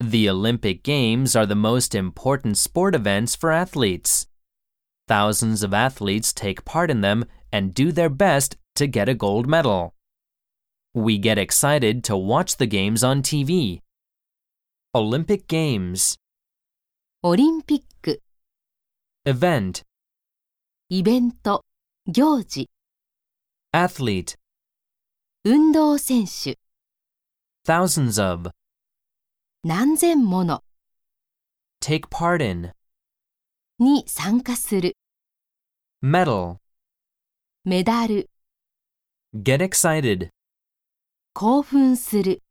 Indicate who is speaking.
Speaker 1: The Olympic Games are the most important sport events for athletes. Thousands of athletes take part in them and do their best to get a gold medal. We get excited to watch the games on TV. Olympic Games
Speaker 2: オリンピック、
Speaker 1: Event
Speaker 2: イベント、行事、
Speaker 1: Athlete
Speaker 2: 運動選手、
Speaker 1: Thousands of
Speaker 2: 何千もの
Speaker 1: Take part in
Speaker 2: に参加する、
Speaker 1: Medal
Speaker 2: メダル、
Speaker 1: Get excited
Speaker 2: 興奮する。